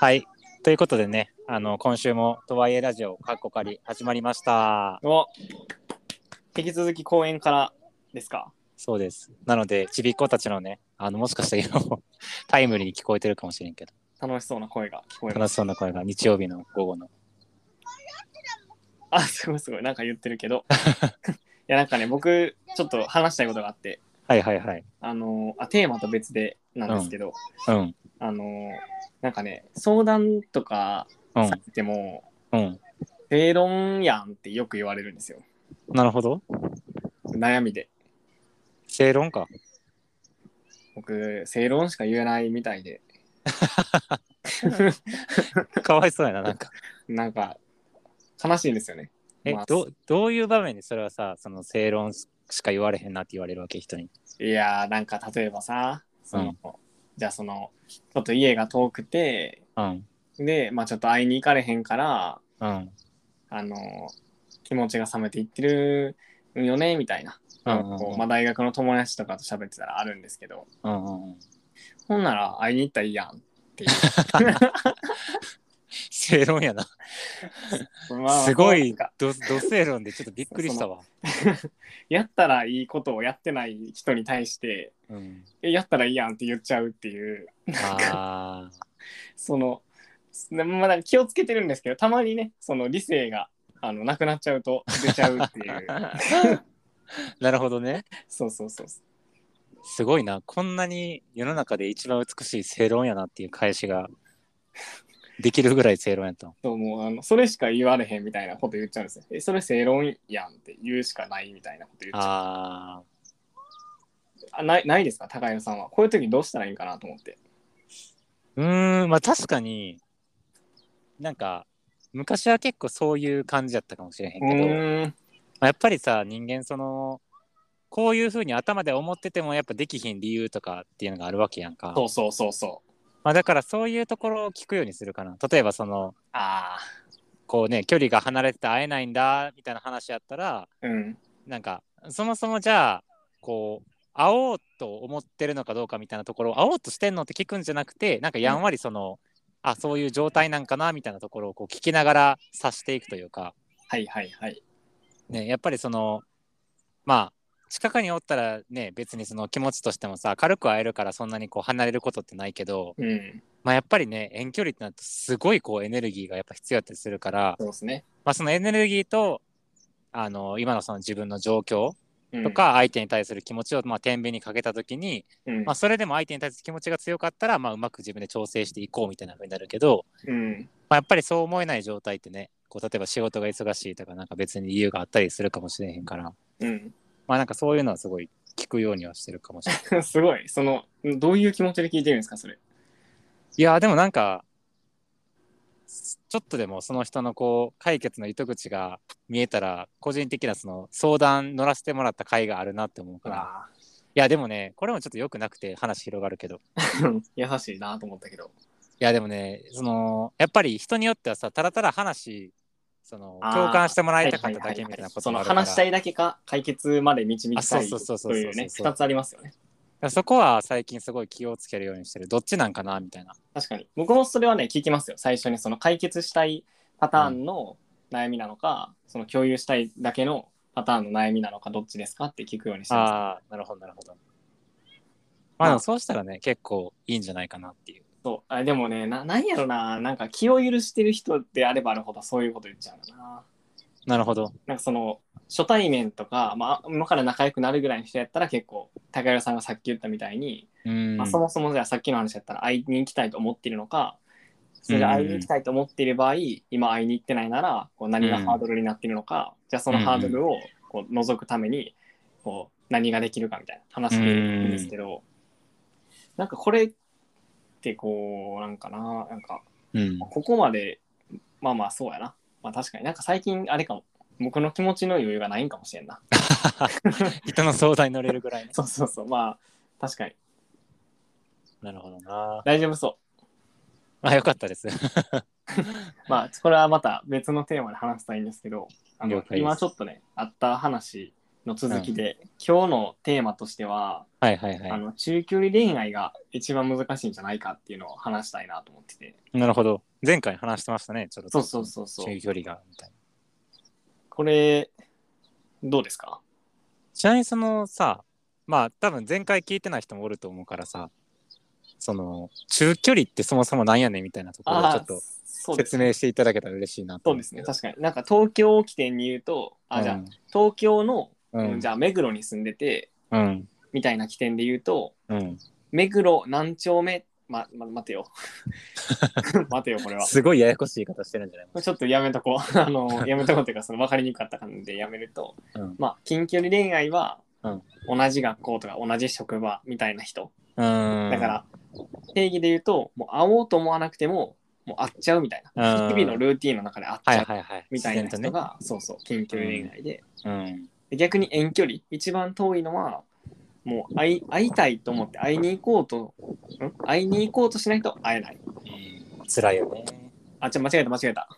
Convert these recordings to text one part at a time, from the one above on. はい。ということでね、あの今週もとはいえラジオカッコカリ始まりました。お引き続き公演からですかそうです。なのでちびっ子たちのね、あのもしかしたら今も タイムリーに聞こえてるかもしれんけど、楽しそうな声が聞こえま楽す。しそうな声が日曜日の午後の。あ、すごいすごい。なんか言ってるけど。 いや、なんかね、僕、ちょっと話したいことがあって、はいはいはい。あの、あテーマと別でなんですけど、うんあの、なんかね、相談とかうんされても、うん。正論やんってよく言われるんですよ。なるほど。悩みで。正論か。僕、正論しか言えないみた いで、 かわいそうやななんか。なんか、悲しいんですよね。え、まあどどういう場面でそれはさその正論しか言われへんなって言われるわけ人に。いやーなんか例えばさその、じゃあそのちょっと家が遠くてうんで、まあ、ちょっと会いに行かれへんからうんあの気持ちが冷めていってるんよねみたいな,、うんうんこうまあ、大学の友達とかと喋ってたらあるんですけどうんうんうん。ほんなら会いに行ったらいいやんっ ていう正論やな。まあすごそうないんかどど正論でちょっとびっくりしたわ。やったらいいことをやってない人に対してうん、えやったらいいやんって言っちゃうっていうあその、まあ、なんか気をつけてるんですけど、たまにね、その理性があのなくなっちゃうと出ちゃうってい う。ーなるほどね。そうそうそうそすごいな。こんなに世の中で一番美しい正論やなっていう返しができるぐらい正論やったの。う。そうもうあのそれしか言われへんみたいなこと言っちゃうんですよ。え、それ正論やんって言うしかないみたいなこと言っちゃう。あーあないないですか、高山さんは。こういう時どうしたらいいんかなと思って。うーん、まあ確かになんか昔は結構そういう感じやったかもしれへんうけど、まーん。あ、やっぱりさ人間そのこういうふうに頭で思っててもやっぱできひん理由とかっていうのがあるわけやんか。そうそうそうそう。まあ、だからそういうところを聞くようにするかな。例えばそのあこうね距離が離れてて会えないんだみたいな話やったらあ。うん。なんかそもそもじゃあこう会おうと思ってるのかどうかみたいなところを会おうとしてんのって聞くんじゃなくてなんかやんわりその、あそういう状態なんかなみたいなところをこう聞きながら察していくというか、はいはいはい。ね、やっぱりそのまあ近くにおったらね別にその気持ちとしてもさ軽く会えるからそんなにこう離れることってないけど、うん。まあ、やっぱりね遠距離ってなるとすごいこうエネルギーがやっぱ必要だったりするから、そうですね。まあ、そのエネルギーとあの今のその自分の状況うんと、か相手に対する気持ちをまあ天秤にかけた時に、うんまあ、それでも相手に対する気持ちが強かったら、まあ、うまく自分で調整していこうみたいな風になるけど、うん。まあ、やっぱりそう思えない状態ってねこう例えば仕事が忙しいとかなんか別に理由があったりするかもしれへんから、うん。 まあ、なんかそういうのはすごい聞くようにはしてるかもしれない。すごい。その、どういう気持ちで聞いてるんですか、それ。いやーでもなんかすちょっとでもその人のこう解決の糸口が見えたら個人的なその相談乗らせてもらった甲斐があるなって思うからあいやでもねこれもちょっと良くなくて話広がるけどいー優しいなと思ったけど。やでもねそのやっぱり人によってはさただただ話そのあー共感してもらいたかっただけみたいなことそものあるから話したいだけか解決まで導あきそたういそうそうそうというねそうそう2つありますよねそこは最近すごい気をつけるようにしてるどっちなんかなみたいな確かに僕もそれはね聞きますよ最初にその解決したいパターンの悩みなのか、その共有したいだけのパターンの悩みなのかどっちですかって聞くようにしてますああなるほどなるほどまあでもそうしたらね結構いいんじゃないかなっていうそうあでもねななんやろななんか気を許してる人であればあるほどそういうこと言っちゃうよななるほどなんかその初対面とか、まあ、今から仲良くなるぐらいの人やったら結構高浦さんがさっき言ったみたいにうんまあ、そもそもじゃあさっきの話だったら会いに行きたいと思っているのかそれで会いに行きたいと思っている場合、今会いに行ってないならこう何がハードルになっているのか、じゃあそのハードルをこう除くためにこう何ができるかみたいな話してるんですけど、なんかこれってこうなんかななんかうんここまでまあまあそうやなまあ確かになんか最近あれかも僕の気持ちの余裕がないんかもしれんな 人の相談に乗れるぐらいね。そうそうそうまあ確かになるほどな。大丈夫そうあ、よかったです。まあ、これはまた別のテーマで話したいんですけど、あの了解です今ちょっとね、あった話の続きで、今日のテーマとしては、はいはいあはの中距離恋愛が一番難しいんじゃないかっていうのを話したいなと思っててい。なるほど。前回話してましたね、ちょっと。そうそうそうそう中距離がみたいな。これどうですかちなみにそのさ、まあ多分前回聞いてない人もおると思うからさ、その中距離ってそもそもなんやねんみたいなところをちょっーとそうです説明していただけたら嬉しいなとそう思ですねけど確かになんか東京を起点に言うとあじゃあ、東京の、うんうんじゃあ目黒に住んでてうんみたいな起点で言うとうん、目黒何丁目ま、ま、待 てよ待てよこれはすごいややこしい言い方してるんじゃないこれちょっとやめとこう あのやめとこうというかその分かりにくかった感じでやめると、うんまあ近距離恋愛は、うん同じ学校とか同じ職場みたいな人うんだから、定義で言うともう会おうと思わなくてももう会っちゃうみたいな、うん日々のルーティンの中で会っちはいゃうはいはいみたいな人自然とねが、そうそう近距離恋愛で,、うんで逆に遠距離一番遠いのはもう会い会いたいと思って会いに行こうとん会いに行こうとしないと会えないうん辛いよねあちょ間違えた間違えた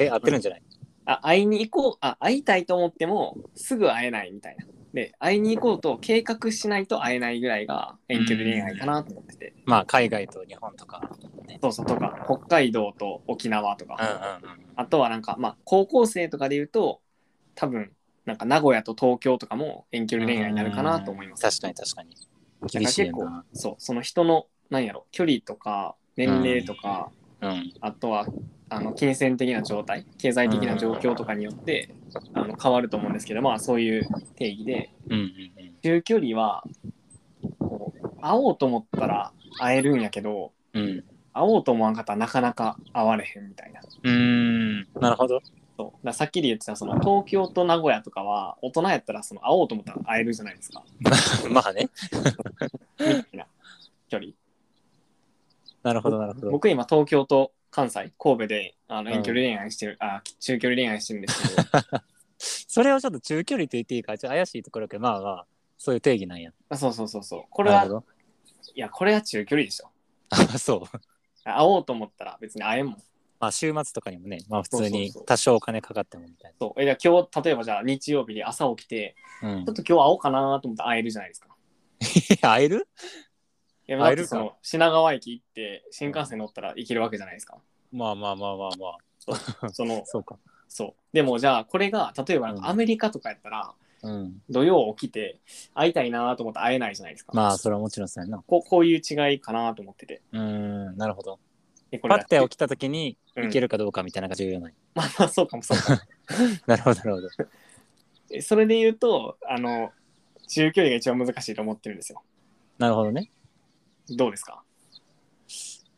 え合ってるんじゃない、あ会いに行こうあ会いたいと思ってもすぐ会えないみたいなで会いに行こうと計画しないと会えないぐらいが遠距離恋愛かなと思ってて、まあ海外と日本とかそうそうとか北海道と沖縄とか、うんうんあとはなんかまあ高校生とかで言うと多分なんか名古屋と東京とかも遠距離恋愛になるかなと思います。確かに確かになん厳かしい結よ構なそうその人のなんやろ距離とか年齢とか、うんあとはあの金銭的な状態経済的な状況とかによって、あの変わると思うんですけどまあそういう定義でうんうんうん中距離はこう会おうと思ったら会えるんやけどうん会おうと思わんかったらなかなか会われへんみたいな。うーんなるほどそうだからさっきで言ってたその東京と名古屋とかは大人やったらその会おうと思ったら会えるじゃないですか まあねみたいな距離なるほどなるほど僕今東京と関西神戸であの遠距離恋愛してる、あ中距離恋愛してるんですけどそれをちょっと中距離と言っていいかちょっと怪しいところだけどまあまあそういう定義なんやあそうそうそうそうここれはいどやこれは中距離でしょあ そう会おうと思ったら別に会えんもんまあ週末とかにもねまあ普通そうにそうそう多少お金かかってもみたいそうえじゃあ今日例えばじゃあ日曜日で朝起きてな、 うんちょっと今日会おうかなと思って会えるじゃないですか会えるいやだ会っえてるかその品川駅行って新幹線乗ったら行けるわけじゃないですかまあまあまあまあまそのあそうかそうでもじゃあこれが例えばなんかアメリカとかやったうら、ん土曜起きて会いたいなと思って会えないじゃないですか。まあそれはもちろんそうやなこうこういう違いかなと思ってて。うーんなるほどでこパッて起ききた時に行けるかどうかみたいなのが重要ない、まあまあそうかもそうかも。 なるほどなるほどえそれで言うとあの中距離が一番難しいと思ってるんですよ。なるほどねどうですか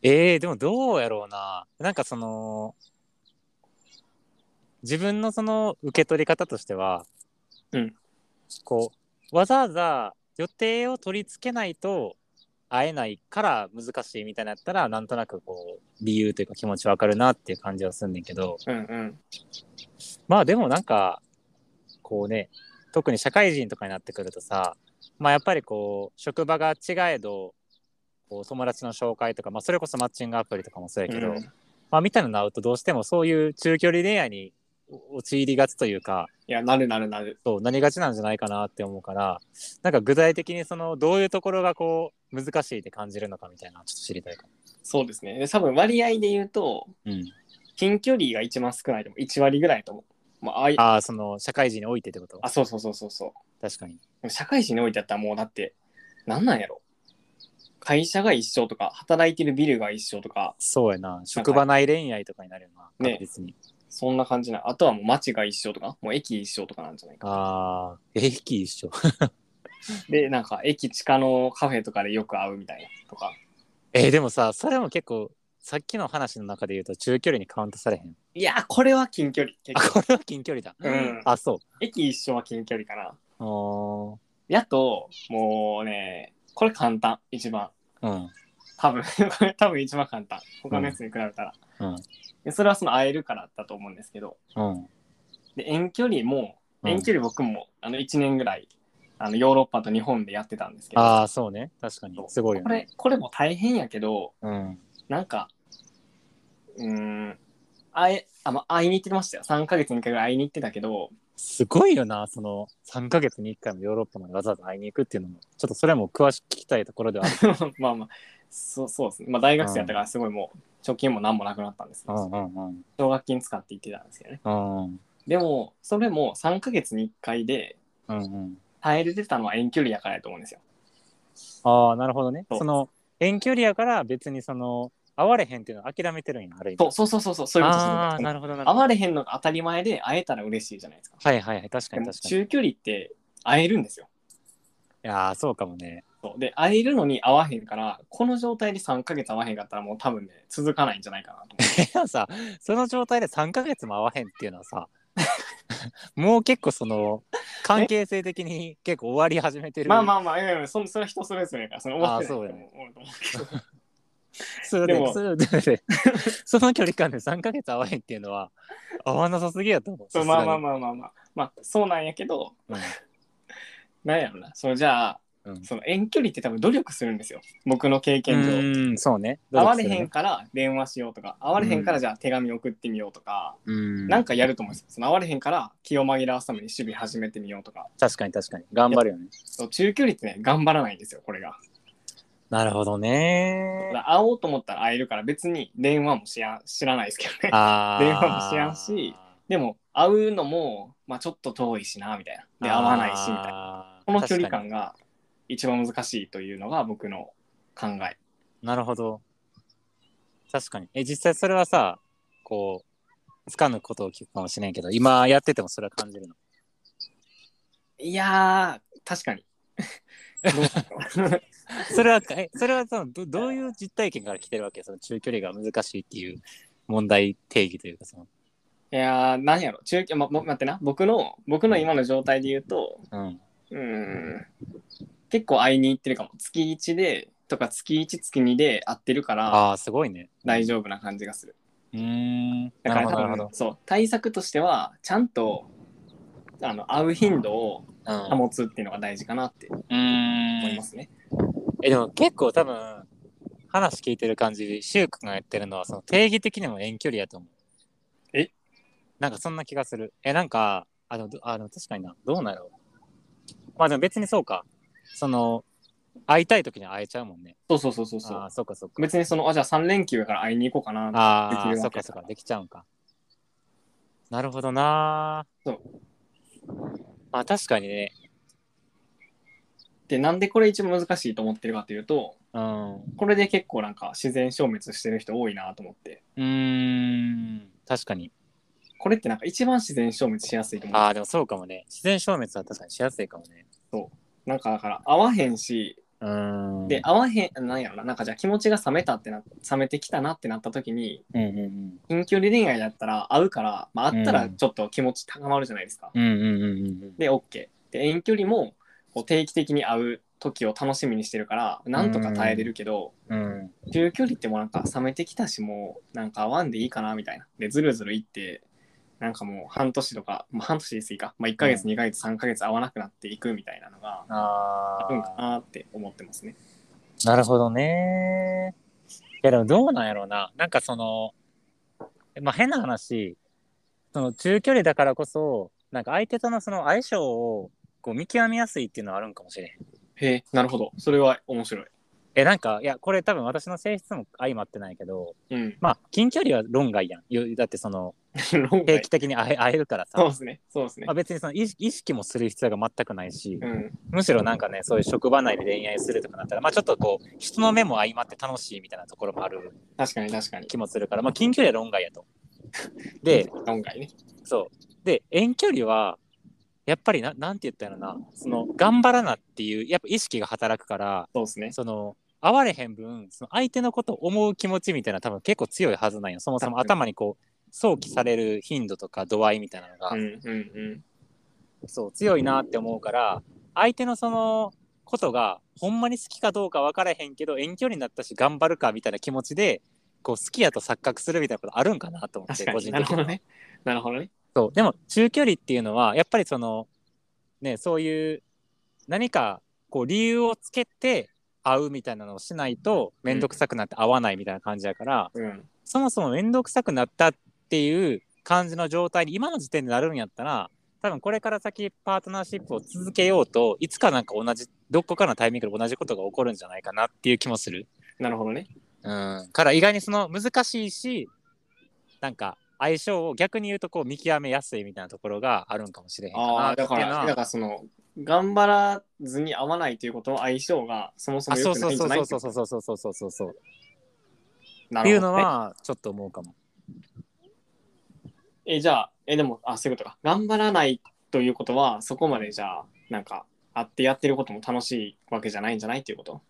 えー、でもどうやろうな。なんかその、自分のその受け取り方としては、うんこう、わざわざ予定を取り付けないと会えないから難しいみたいなやったら、なんとなくこう、理由というか気持ちわかるなっていう感じはすんねんけど、うんうん。まあでもなんか、こうね、特に社会人とかになってくるとさ、まあやっぱりこう、職場が違えど、こう友達の紹介とか、まあそれこそマッチングアプリとかもそうやけど、うんいまあみたいなの会うとどうしてもそういう中距離恋愛に陥りがちというか、やなるなるなる。そうなりがちなんじゃないかなって思うから、なんか具体的にそのどういうところがこう難しいって感じるのかみたいなのちょっと知りたいかも。そうですね。で多分割合で言うとうん、近距離が一番少ないと思う。1割ぐらいだと思う。まあ、あいああ、その社会人においてってことあそうそうそうそうそう。確かに。でも社会人においてやったらもうだってなんなんやろ会社が一緒とか働いてるビルが一緒とかそうやな。職場内恋愛とかになるよな。ね確実に。そんな感じな。あとはもう街が一緒とか、もう駅一緒とかなんじゃないか。ああ、駅一緒。 で、なんか駅地下のカフェとかでよく会うみたいなとか。えーでもさ、それも結構、さっきの話の中で言うと中距離にカウントされへん。いやー、これは近距離。結あ、構これは近距離だ。うんあ、そ駅一緒は近距離かな。う。おやと、もうね、これ簡単、一番。ーうん。多分 これ多分一番簡単。他のやつに比べたら。うんでそれはその会えるからだと思うんですけど、うん。で遠距離も、うん遠距離僕も、あの1年ぐらい、あのヨーロッパと日本でやってたんですけど、ああ、そうね。確かにそ。うすごいよこね。れこれも大変やけど、うん。なんか、うーん、会え、あ、まあ、会いに行ってましたよ。3ヶ月に1回ぐらい会いに行ってたけど、 すごいよな、その3ヶ月に1回もヨーロッパまでわざわざ会いに行くっていうのも、ちょっとそれも詳しく聞きたいところではあ る。まあまあそうそうですね、まあ、大学生やったからすごいもう貯金も何もなくなったんですけうどんうん奨学金使って行ってたんですけどねうん。うんでもそれも3ヶ月に1回でうんうん。耐えれてたのは遠距離やからやと思うんですよああ、なるほどね。そうその遠距離やから別にその会われへんっていうのを諦めてるんや、ある意味。そうそうそうそうそうそういうことああ、ですなねるほどなる会ほど。われへんのが当たり前で会えたら嬉しいじゃないですかはいはいはい、確かでにも確かに。い中距離って会えるんですよやー、そうかもね。 そうで会えるのに会わへんからこの状態で3ヶ月会わへんかったらもう多分ね続かないんじゃないかなと思っていやさ、その状態で3ヶ月も会わへんっていうのはさ、 もう結構その関係性的に結構終わり始め てる。まあまあまあ、いやいやそそれは人それぞれやから、その思ってないあーそうやとね思うと思うけど。そうでねもそうね その距離感で3ヶ月会わへんっていうのは合わなさすぎやと思う。そうまあまああ。まあまあまあ、まあ、そうなんやけど、うんなんやろな。そのじゃあ、うんその遠距離って多分努力するんですよ。僕の経う験上。ーん、そうね。会われへんから電話しようとか、会われへんからじゃあ手紙送ってみようとか、うん。なんかやると思うんですよ。その会われへんから気を紛らわすために守備始めてみようとか。確かに確かに。頑張るよね。そう中距離ってね、頑張らないんですよ、これが。なるほどだねか。ら会おうと思ったら会えるから、別に電話もしや知らないですけどね。あー電話もしやんしでも、会うのも、まあちょっと遠いしな、みたいな。で、会わないし、みたいな。なこの距離感が一番難しいというのが僕の考え。なるほど。確かに。え、実際それはさ、こう、つかぬことを聞くかもしれんけど、今やっててもそれは感じるの。いやー、確かに。どうだろうそれは、え、それはそのどどういう実体験から来てるわけその中距離が難しいっていう問題定義というか、その。いやー、何やろ。中継、ま、ま待ってな。僕の、僕の今の状態で言うと、うん。うーん、結構会いに行ってるかも。月1で、とか月1、月2で会ってるから、ああ、すごいね。大丈夫な感じがする。うーん。なだかるほらど、な多るほ分ど、。そう、対策としては、ちゃんと、あの、会う頻度をうん保つっていうのが大事かなって思うーいんま。すね。え、でも結構多分、話聞いてる感じ、シュウ君がやってるのは、その定義的にも遠距離やと思う。えなんかそんな気がする。え、なんか、あの、どあの確かにな、どうなのまあでも別にそうか。その、会いたい時に会えちゃうもんね。そうそうそうそうそうあ。あ、そうかそうか。別にそのあじゃあ3連休やから会いに行こうかなあできあ、るそわっけかやそっからか、できちゃうんか。なるほどなそーう。まあ確かにね。でなんでこれ一番難しいと思ってるかというとうん。うこれで結構なんか自然消滅してる人多いなと思ってーん、確かに。これってなんか一番自然消滅しやすいと思あうあ、でもそうかもね。自然消滅は確かにしやすいかもね。なんかだから会わへんしうーん。で、会わへんなんやろななんかじゃあ気持ちが冷めたってな冷めてきたなってなった時にうんうん近距離恋愛だったら会うから、まあ、会ったらちょっと気持ち高まるじゃないですか、うん。うんうんうんうんで OK で遠距離もこう定期的に会う時を楽しみにしてるからなんとか耐えれるけど、うん。うん。中距離ってもうなんか冷めてきたしもうなんか会わんでいいかなみたいなでずるずる行ってなんかもう半年とか、まあ、半年ですいか、まあ、1ヶ月、うん2ヶ月3ヶ月会わなくなっていくみたいなのがああるんかあ、なって思ってますねなるほどね。いやでもどうなんやろうな。なんかその、まあ変な話、その中距離だからこそ、なんか相手とのその相性をこう見極めやすいっていうのはあるんかもしれへん。へえなるほどそれは面白いえ、なんか、いや、これ多分私の性質も相まってないけど、 うんまあ近距離は論外やんよ。だってその、論定外期的に会え会えるからさ。そうですねそうですねまあ、別にその意識意識もする必要が全くないし、うんむしろなんかねそういう職場内で恋愛するとかなったらまあちょっとこう人の目も相まって楽しいみたいなところもある確かに確かに気もするからまあ近距離は論外や と。で論外ねそうで遠距離はやっぱりななんて言ったらなその頑張らなっていうやっぱ意識が働くからそうですねその会われへん分その相手のことを思う気持ちみたいな多分結構強いはずなんよそもそも確かに頭にこう想起される頻度とか度合いみたいなのが、うんうんそう強いなって思うから相手のそのことがほんまに好きかどうか分からへんけど遠距離になったし頑張るかみたいな気持ちでこう好きやと錯覚するみたいなことあるんかなと思っ確てか個に人なる的ほにどはねなるほどねそうでも中距離っていうのはやっぱりそのねそういう何かこう理由をつけて会うみたいなのをしないと面倒くさくなって会わないみたいな感じやから、うんそもそも面倒くさくなったっていう感じの状態に今の時点でなるんやったら多分これから先パートナーシップを続けようといつかなんか同じどこかのタイミングで同じことが起こるんじゃないかなっていう気もする。なるほどね。うん、から意外にその難しいしなんか相性を逆に言うとこう見極めやすいみたいなところがあるんかもしれへんかあなあ、っていだうのかはら、だからその、頑張らずに合わないということは相性がそもそあもそ良うくそなういんじそうそゃないうそうそうそうそうそうそうそうなってるいうほどのねはちょっと思うかも。え、じゃあ、え、でも、あ、そういうことか。頑張らないということは、そこまでじゃあ、なんか、あってやってることも楽しいわけじゃないんじゃないっていうこと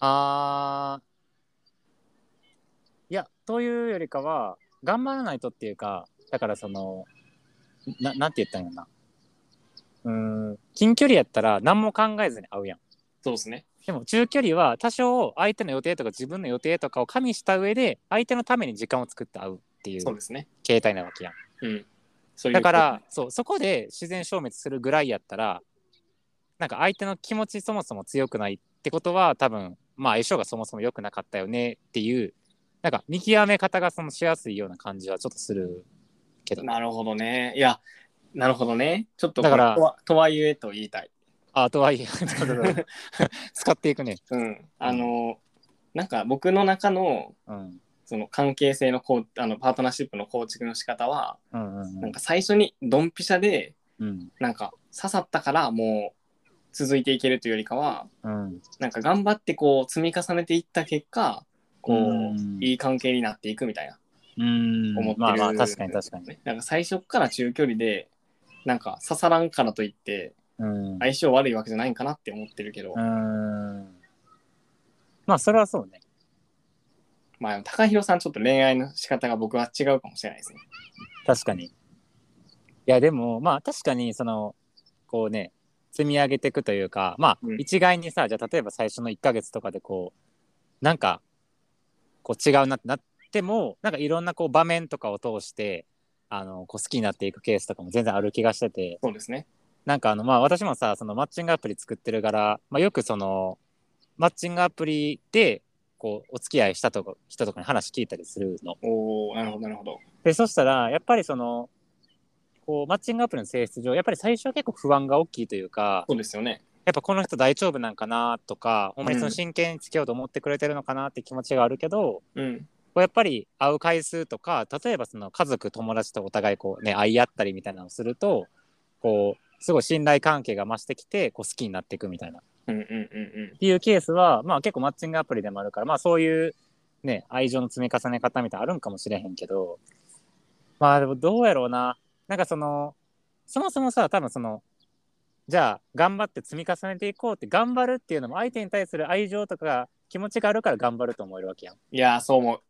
あーいやというよりかは頑張らないとっていうかだからそのななんて言ったんやろなうーん近距離やったら何も考えずに会うやんそうですね。でも中距離は多少相手の予定とか自分の予定とかを加味した上で相手のために時間を作って会うっていうそうですね。形態なわけやんうん。そういうだから、そうそこで自然消滅するぐらいやったらなんか相手の気持ちそもそも強くないってことは多分まあ相性がそもそも良くなかったよねっていうなんか見極め方がそのしやすいような感じはちょっとするけどなるほどね。いや、なるほどね。ちょっとだからこれとはとはいえと言いたい。あと はいえ使っていくね、うん。あの、なんか僕の中のうん、その関係性のこうあのパートナーシップの構築の仕方は、うんうんうなんんか最初にドンピシャでうんなんか刺さったからもう続いていけるというよりかは、うんなんか頑張ってこう積み重ねていった結果、こう、うんいい関係になっていくみたいな。うん思ってる、まあまあ確かに確かに、ね。なんか最初から中距離で、なんか刺さらんからといってうん、相性悪いわけじゃないんかなって思ってるけど、うんまあそれはそうねまあ、高弘さんちょっと恋愛の仕方が僕は違うかもしれないですね。確かに。いやでもまあ確かにそのこうね積み上げていくというかまあうん一概にさ、じゃあ例えば最初の1ヶ月とかでこうなんかこう違うなってなってもなんかいろんなこう場面とかを通してあのこう好きになっていくケースとかも全然ある気がしててそうですね。なんかあのまあ私もさそのマッチングアプリ作ってるから、まあ、よくそのマッチングアプリでこうお付き合いしたとか人とかに話聞いたりするの。おおなるほど、なるほど。でそしたらやっぱりそのこうマッチングアプリの性質上やっぱり最初は結構不安が大きいというかそうですよね。やっぱこの人大丈夫なんかなとかほんまにその真剣につけようと思ってくれてるのかなって気持ちがあるけど、こうん。うやっぱり会う回数とか例えばその家族友達とお互いこうね会い合ったりみたいなのをするとこうすごい信頼関係が増してきてこう好きになっていくみたいな。うんうんうんっていうケースは、まあ、結構マッチングアプリでもあるから、まあ、そういう、ね、愛情の積み重ね方みたいなのあるんかもしれへんけどまあでもどうやろうななんかそのそもそもさ多分そのじゃあ頑張って積み重ねていこうって頑張るっていうのも相手に対する愛情とか気持ちがあるから頑張ると思えるわけやんうん。いやー、そう思う。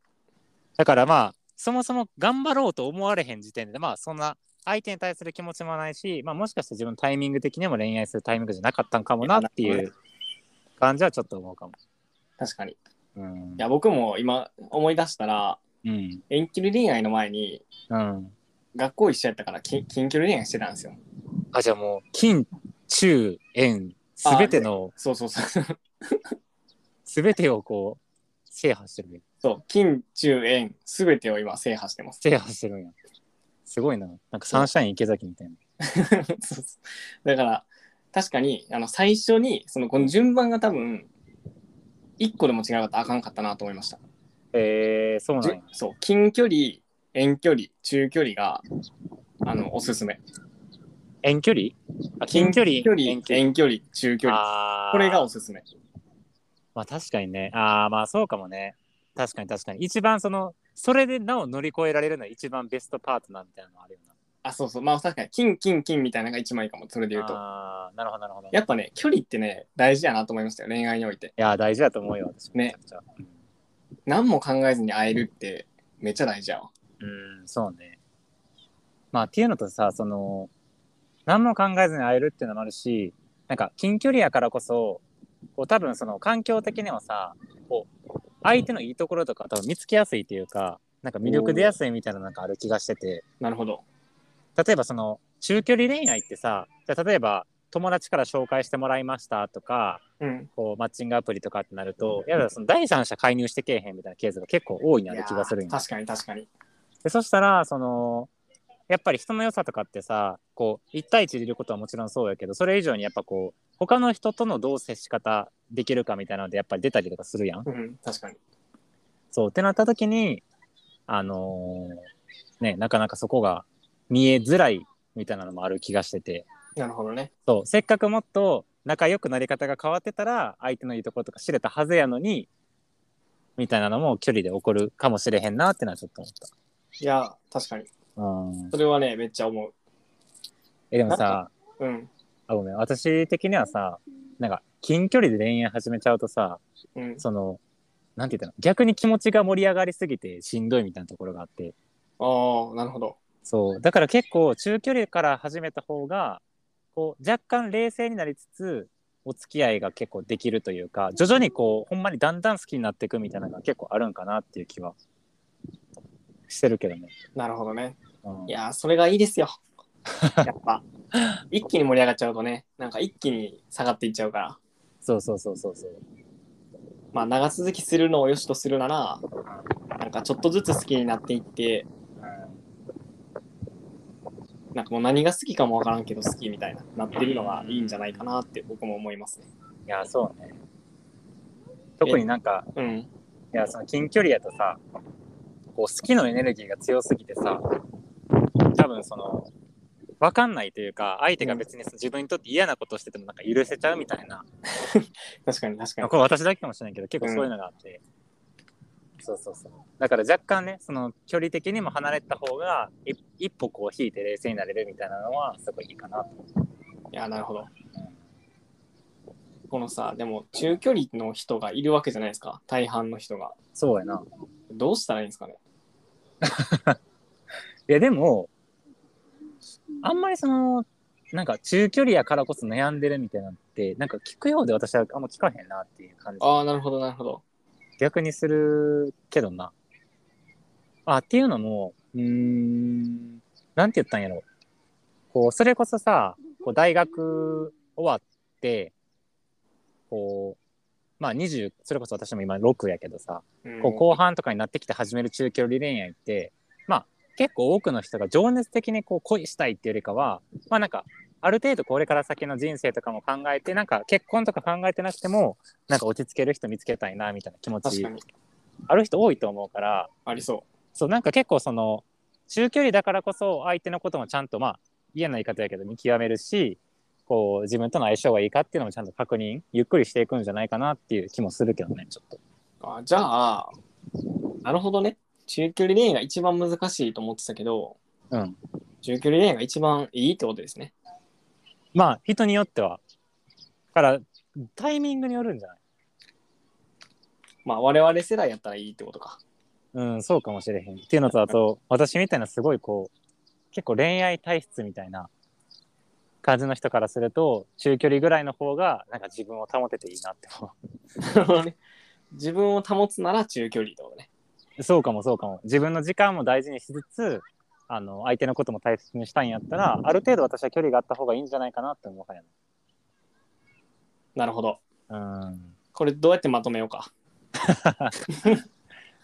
だからまあそもそも頑張ろうと思われへん時点でまあそんな相手に対する気持ちもないし、まあ、もしかして自分のタイミング的にも恋愛するタイミングじゃなかったんかもなっていやないるう感じはちょっと思うかも。確かに。いうんや、僕も今思い出したら、うん。遠距離恋愛の前にうん。学校一緒やったからき近距離恋愛してたんですよ。あ、じゃあもう、金、中、円、すべての、そうそうそう。 すべてをこう、制覇してるんや。そう、近、中、遠、すべてを今制覇してます。 制覇してるんや。すごいな。なんかサンシャイン池崎みたいな。そうそうだから確かにあの最初にそのこの順番が多分1個でも違うかったらあかんかったなと思いました。えー、そうなんじゅや。そう近距離遠距離中距離があのおすすめ遠距離あ、近距離近距離遠距離中距離あーこれがおすすめまあ確かにね。ああ、まあそうかもね。確かに確かに。一番その、それでなお乗り越えられるのは一番ベストパートナーみたいなのあるよな。あそうそうまあ確かに金金金みたいなのが一枚かもそれで言うとああ、なるほどなるほど。やっぱね距離ってね大事やなと思いましたよ恋愛においていやー、大事だと思うよ、私もねめちゃくちゃ。何も考えずに会えるってめっちゃ大事やわうん、そうね。まあっていうのとさ、その、何も考えずに会えるっていうのもあるし、なんか近距離やからこそ、こう多分その環境的にはさ、こう、相手のいいところとか多分見つけやすいというか、なんか魅力出やすいみたいななんかある気がしてて、なるほど例えばその中距離恋愛ってさ、じゃあ例えば友達から紹介してもらいましたとか、うんこうマッチングアプリとかってなると、やだその第三者介入してけえへんみたいなケースが結構多いなる気がするんいよやー確かに確かにでそしたらそのやっぱり人の良さとかってさこう1対1でいることはもちろんそうやけどそれ以上にやっぱこう他の人とのどう接し方できるかみたいなのでやっぱり出たりとかするやん。うん、確かに。そうってなった時にあのーねなかなかそこが見えづらいみたいなのもある気がしててなるほどね。そうせっかくもっと仲良くなり方が変わってたら相手のいいところとか知れたはずやのにみたいなのも距離で起こるかもしれへんなってのはちょっと思っいや、確かに。た。うん、それはね、めっちゃ思えでもなんさう。うん。あごめん私的にはさなんか近距離で恋愛始めちゃうとさうん。そのなんて言ったの逆に気持ちが盛り上がりすぎてしんどいみたいなところがあってああ、なるほど。そうだから結構中距離から始めた方がこう若干冷静になりつつお付き合いが結構できるというか徐々にこうほんまにだんだん好きになっていくみたいなのが結構あるんかなっていう気はしてるけどね。なるほどね。うんいやー、それがい いですよ。やっぱ。一気に盛り上がっちゃうとね、なんか一気に下がっていっちゃうから。そうそうそうそうそう。まあ、長続きするのを良しとするなら、なんかちょっとずつ好きになっていって、なんかもう何が好きかもわからんけど好きみたいな、なってるのがいいんじゃないかなって僕も思いますね。いやそうね。特になんかうん。いやその近距離やとさこう好きのエネルギーが強すぎてさ多分その分かんないというか相手が別にその自分にとって嫌なことしててもなんか許せちゃうみたいな確かに確かに。これ私だけかもしれないけど結構そういうのがあって、そうそうそうだから若干ねその距離的にも離れた方がい一歩こう引いて冷静になれるみたいなのはすごいいいかなといや、なるほど。このさ、でも中距離の人がいるわけじゃないですか。大半の人が。そうやなどうしたらいいんですかね。いやでもあんまりそのなんか中距離やからこそ悩んでるみたいなのってなんか聞くようで私はあんま聞かへんなっていう感じああ、なるほど、なるほど。逆にするけどな。あっていうのもうーんなんて言ったんやろこうそれこそさこう大学終わってこうまあ20それこそ私も今6やけどさうんこう後半とかになってきて始める中距離恋愛ってまあ結構多くの人が情熱的にこう恋したいっていうよりかはまあなんかある程度これから先の人生とかも考えてなんか結婚とか考えてなくてもなんか落ち着ける人見つけたいなみたいな気持確ちかに。ある人多いと思うからありそそうなんか結構その中距離だからこそ相手のこともちゃんとまあ嫌な言い方やけど見極めるしこう自分との相性がいいかっていうのもちゃんと確認ゆっくりしていくんじゃないかなっていう気もするけどねちょっと。う。あじゃあ、なるほどね。中距離恋愛が一番難しいと思ってたけど、うん、中距離恋愛が一番いいってことですね。まあ人によっては。だからタイミングによるんじゃないまあ、我々世代やったらいいってことか。 うんそうかもしれへん。っていうのとあと私みたいなすごいこう結構恋愛体質みたいな感じの人からすると中距離ぐらいの方がなんか自分を保てていいなって思う。なるほどね自分を保つなら中距離ってことね。そうかもそうかも自分の時間も大事にしつつあの相手のことも大切にしたいんやったらある程度私は距離があった方がいいんじゃないかなって思うからねなるほど。うんこれどうやってまとめようか。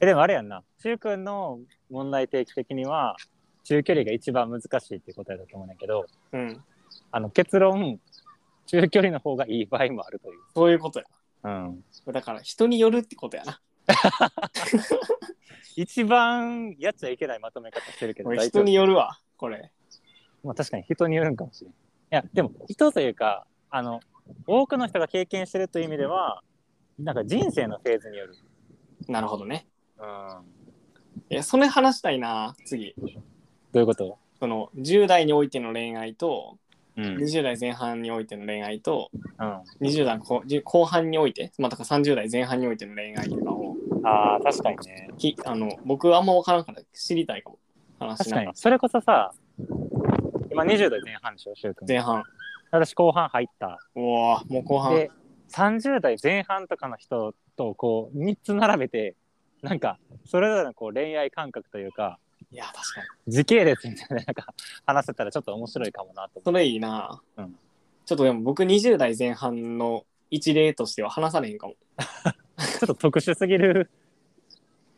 えでもあれやんな柊君の問題定期的には中距離が一番難しいっていう答えだと思うんだけどうん。あの結論中距離の方がいい場合もあるという、そういうことや。うん、だから人によるってことやな。一番やっちゃいけないまとめ方してるけどこれ大丈人夫によるわ、これ。まあ確かに人によるんかもしれない。いや、でも人というか、あの、多くの人が経験してるという意味では、なんか人生のフェーズによる。なるほどね。うん。どいや、それ話したいな、次。ういうことその、10代においての恋愛と、うん。うん。 20代前半においての恋愛と、あ20代後後半において、まあ、だから30代前半においての恋愛とかを、あー、確かにね。きあの僕はあんま分からんから知りたいかも。話し確かながにら。。それこそさ、今20代前半でしょ、しゅうくん。前半。私後半入った。うわもう後半。で、30代前半とかの人とこう、3つ並べて、なんか、それぞれのこう恋愛感覚というか、いや、確かに。時系列みたいな、なんか、話せたらちょっと面白いかもなと思ってそれいいな、うんちょっとでも僕20代前半の一例としては話されへんかも。 ちょっと特殊すぎる。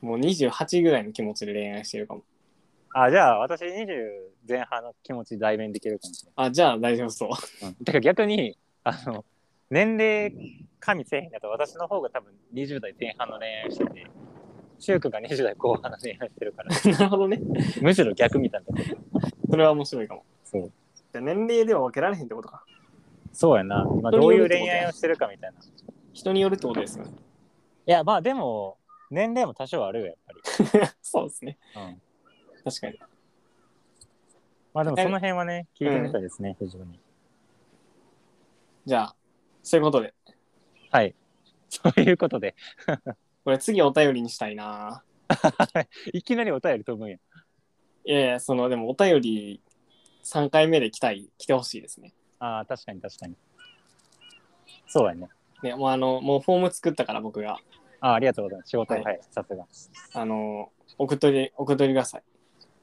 もう28ぐらいの気持ちで恋愛してるかも。あ、じゃあ私20前半の気持ち代弁できるかもしあ、じゃあ大丈夫そう。れ ない。うん、てか逆に、あの、年齢加味せえへんだと私の方が多分20代前半の恋愛をしてて、シュウ君が20代後半の恋愛してるから、なるほどね。むしろ逆みたいな。 それは面白いかも。そう。じゃあ年齢では分けられへんってことか。そうやな。今どういう恋愛をしてるかみたいな。い人によるってことですよね。 や、まあでも、年齢も多少あるよ、やっぱり。そうですね。うん確かに。まあでもその辺はね、聞いてみたいですね、非常に。じゃあ、そういうことで。はい。 そういうことで、これ次お便りにしたいな。いきなりお便り飛ぶんや。いやいや、その、でもお便り3回目で来たい、来てほしいですね。ああ、確かに確かに。そうやね。ね、もうあの、もうフォーム作ったから僕が、ああ、ありがとうございます。仕事、は、はいいさすが。あの、送っとり、送っとりください。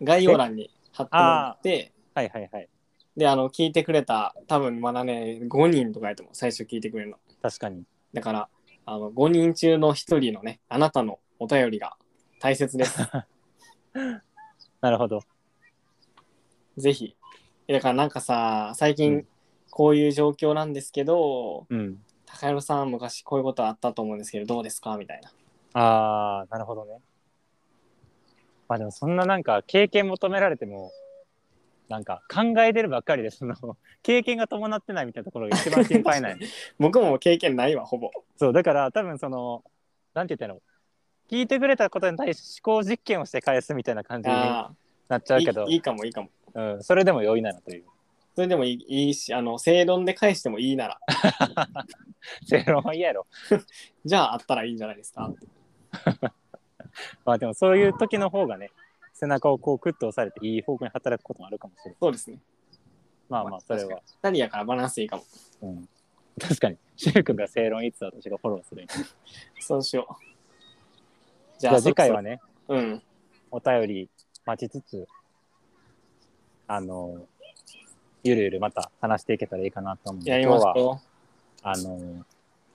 概要欄に貼ってもらって、はいはいはい。で、あの、聞いてくれた、多分まだね、5人とかやと思う、最初聞いてくれるの。確かに。だから、あの、5人中の1人のね、あなたのお便りが大切 です。なるほど。ぜひ。えだからなんかさ、最う近ん、こういう状況なんですけど、うん。高弘さん昔こういうことあったと思うんですけどどうですかみたいなああ、なるほどね。まあでもそんななんか経験求められても、なんか考えてるばっかりで、その、経験が伴ってないみたいなところが一番心配ない。 僕も経験ないわほぼそうだから多分そのなんて言ったらいいの聞いてくれたことに対して思考実験をして返すみたいな感じになあっちゃあういけどいいいかもいいかもうん、それでも良いならというそれでもいいいいしあの正論で返してもいいなら正論は嫌やろじゃああったらいいんじゃないですかまあでもそういう時の方がね背中をこうクッと押されていい方向に働くこともあるかもしれないそうですねまあまあそれは、 2人やからバランスいいかもうん、確かに柊君が正論いつ私がフォローするそうしようじ じゃあ次回はねそろそろうんお便り待ちつつあのゆるゆるまた話していけたらいいかなと思うんでやりまし今日はょあの、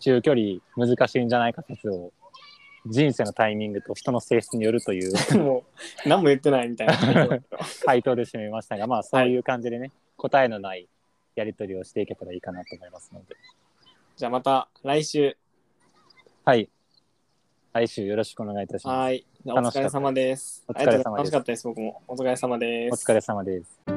中距離難しいんじゃないか説を、人生のタイミングと人の性質によるといううもう何も言ってないみたい な回答で締めました が、まあそういう感じでね、答えのないやり取りをしていけたらいいかなと思いますので、じゃあまた来週はい。来週よろしくお願いいたします。はいじゃあお疲れ様です楽しかったですありがとうございます楽しかったです僕もお疲れ様でおす疲れ様です。